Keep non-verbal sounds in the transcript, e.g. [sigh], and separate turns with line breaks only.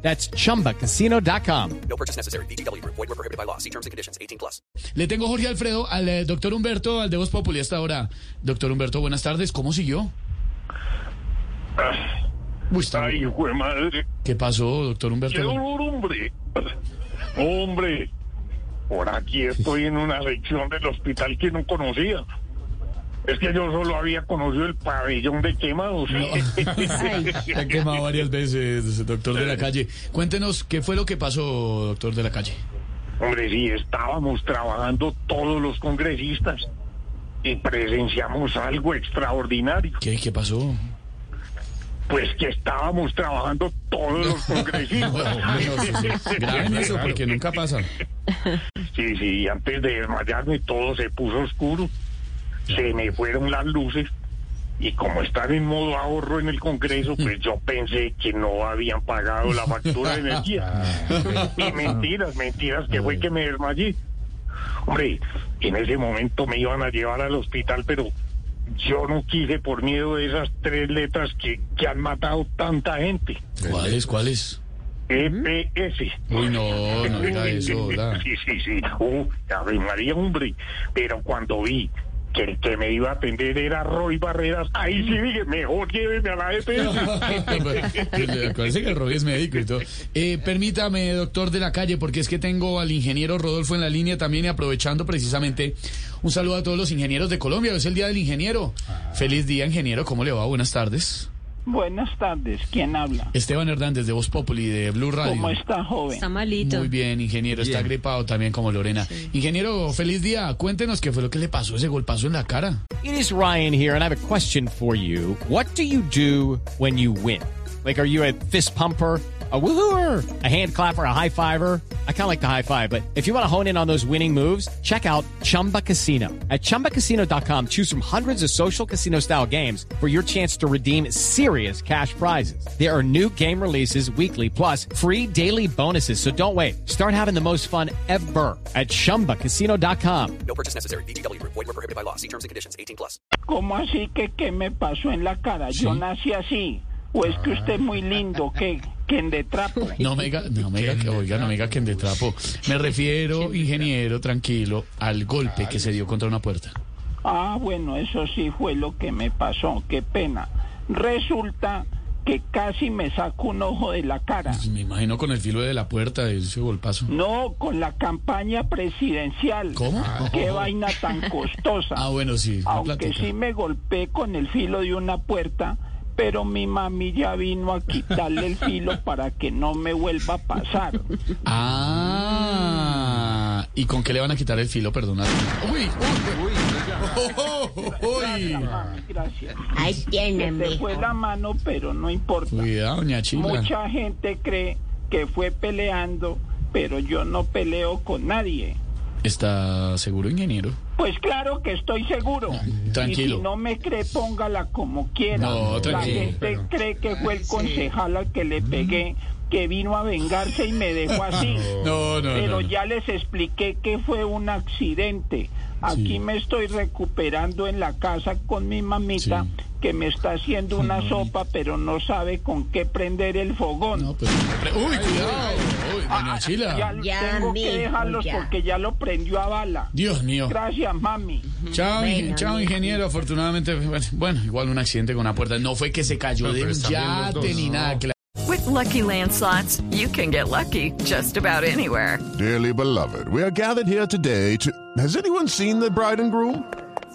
That's chumbacasino.com.
No purchase necessary. BGW. Void were prohibited by law. See terms and conditions. 18 plus.
Le tengo Jorge Alfredo al eh, doctor Humberto, al de Voz Populi hasta ahora. Doctor Humberto, buenas tardes. ¿Cómo siguió? Uy, está-
Ay, hijo de madre.
¿Qué pasó, doctor
Qué
Humberto?
dolor, hombre. Hombre, por aquí estoy en una sección del hospital que no conocía. Es que yo solo había conocido el pabellón de quemados. [laughs]
Se ha quemado varias veces, doctor de la calle. Cuéntenos, ¿qué fue lo que pasó, doctor de la calle?
Hombre, sí, estábamos trabajando todos los congresistas y presenciamos algo extraordinario.
¿Qué, qué [laughs] pasó?
Pues que estábamos trabajando todos los congresistas.
Graben eso porque nunca pasa.
Sí, este, sí, antes de desmayarme todo se puso oscuro, se me fueron las luces y como estaba en modo ahorro en el Congreso, pues yo pensé que no habían pagado la factura de energía. Y mentiras, mentiras, que fue que me desmayé. Hombre, en ese momento me iban a llevar al hospital, pero yo no quise por miedo de esas tres letras que, que han matado tanta gente.
¿Cuáles, cuáles?
EPS.
Uy, no,
[laughs]
no diga eso, hola.
Sí, sí, sí. Uh, Ave María, hombre. Pero cuando vi que el que me iba a atender era Roy Barreras, ahí sí dije, mejor lléveme a
[laughs]
la EPS.
Pues, Acuérdense que el Robbie es médico y todo. Eh, permítame, doctor de la calle, porque es que tengo al ingeniero Rodolfo en la línea también y aprovechando precisamente un saludo a todos los ingenieros de Colombia. Hoy es el Día del Ingeniero. Feliz día, ingeniero. ¿Cómo le va? Buenas tardes.
Buenas tardes, ¿quién habla?
Esteban Hernández de Voz Populi de Blue Radio.
¿Cómo está, joven?
Está malito.
Muy bien, ingeniero. Está gripado también como Lorena. Ingeniero, feliz día. Cuéntenos qué fue lo que le pasó ese golpazo en la cara.
It is Ryan here, and I have a question for you. What do you do when you win? Like, are you a fist pumper? A woohooer, a hand clapper, a high fiver. I kind of like the high five, but if you want to hone in on those winning moves, check out Chumba Casino. At chumbacasino.com, choose from hundreds of social casino style games for your chance to redeem serious cash prizes. There are new game releases weekly, plus free daily bonuses. So don't wait. Start having the most fun ever at chumbacasino.com.
No purchase necessary. BGW. Void were prohibited by law. See terms and conditions. 18 plus.
¿Cómo así que qué me pasó en la cara? ¿Yo nací así? ¿O es que usted es
Ah.
muy lindo? ¿Qué? ¿Quién de trapo?
No me diga, no me diga que, oiga, no me diga que en de trapo.
[laughs]
Me refiero, ingeniero, tranquilo, al golpe que se dio contra una puerta.
Ah, bueno, eso sí fue lo que me pasó, qué pena. Resulta que casi me saco un ojo de la cara.
Pues Me imagino con el filo de la puerta ese golpazo.
No, con la campaña presidencial.
¿Cómo?
Qué vaina tan costosa.
Ah, bueno, sí. la
Aunque
plática.
sí me golpeé con el filo de una puerta, pero mi mami ya vino a quitarle
[laughs]
el filo para que no me vuelva a pasar.
Ah. ¿Y con qué le van a quitar el filo? Perdona. Uy, uy, [laughs] uy.
Mami, gracias.
Ahí tiene,
Se
mijo.
fue la mano, pero no importa.
Cuidado, doña Chila.
Mucha gente cree que fue peleando, pero yo no peleo con nadie.
¿Está seguro, ingeniero?
Pues claro que
[laughs]
estoy seguro.
tranquilo.
Y si no me cree, póngala como quiera.
No,
la
tranquilo,
gente cree que fue el concejal al que le pegué, que vino a vengarse y me dejó así.
No, no,
Oh. Pero
no. no.
ya les expliqué que fue un accidente. Aquí
Sí.
me estoy recuperando en la casa con mi mamita
Sí.
que me está haciendo una sopa, pero no sabe con qué prender el fogón.
No, pues. Uy, cuidado. Uy, doña
Ah, Ya,
Chila.
Ya,
tengo
mijo,
que dejarlos
ya.
porque ya lo prendió a bala.
Dios mío.
Gracias, mami.
Chao,
Bueno,
ingen- chao,
amigo.
ingeniero. Afortunadamente, bueno, igual un accidente con una puerta. No fue que se cayó de un yate ni nada. que la-
With Lucky Land slots, you can get lucky just about anywhere.
Dearly beloved, we are gathered here today to. Has anyone seen the bride and groom?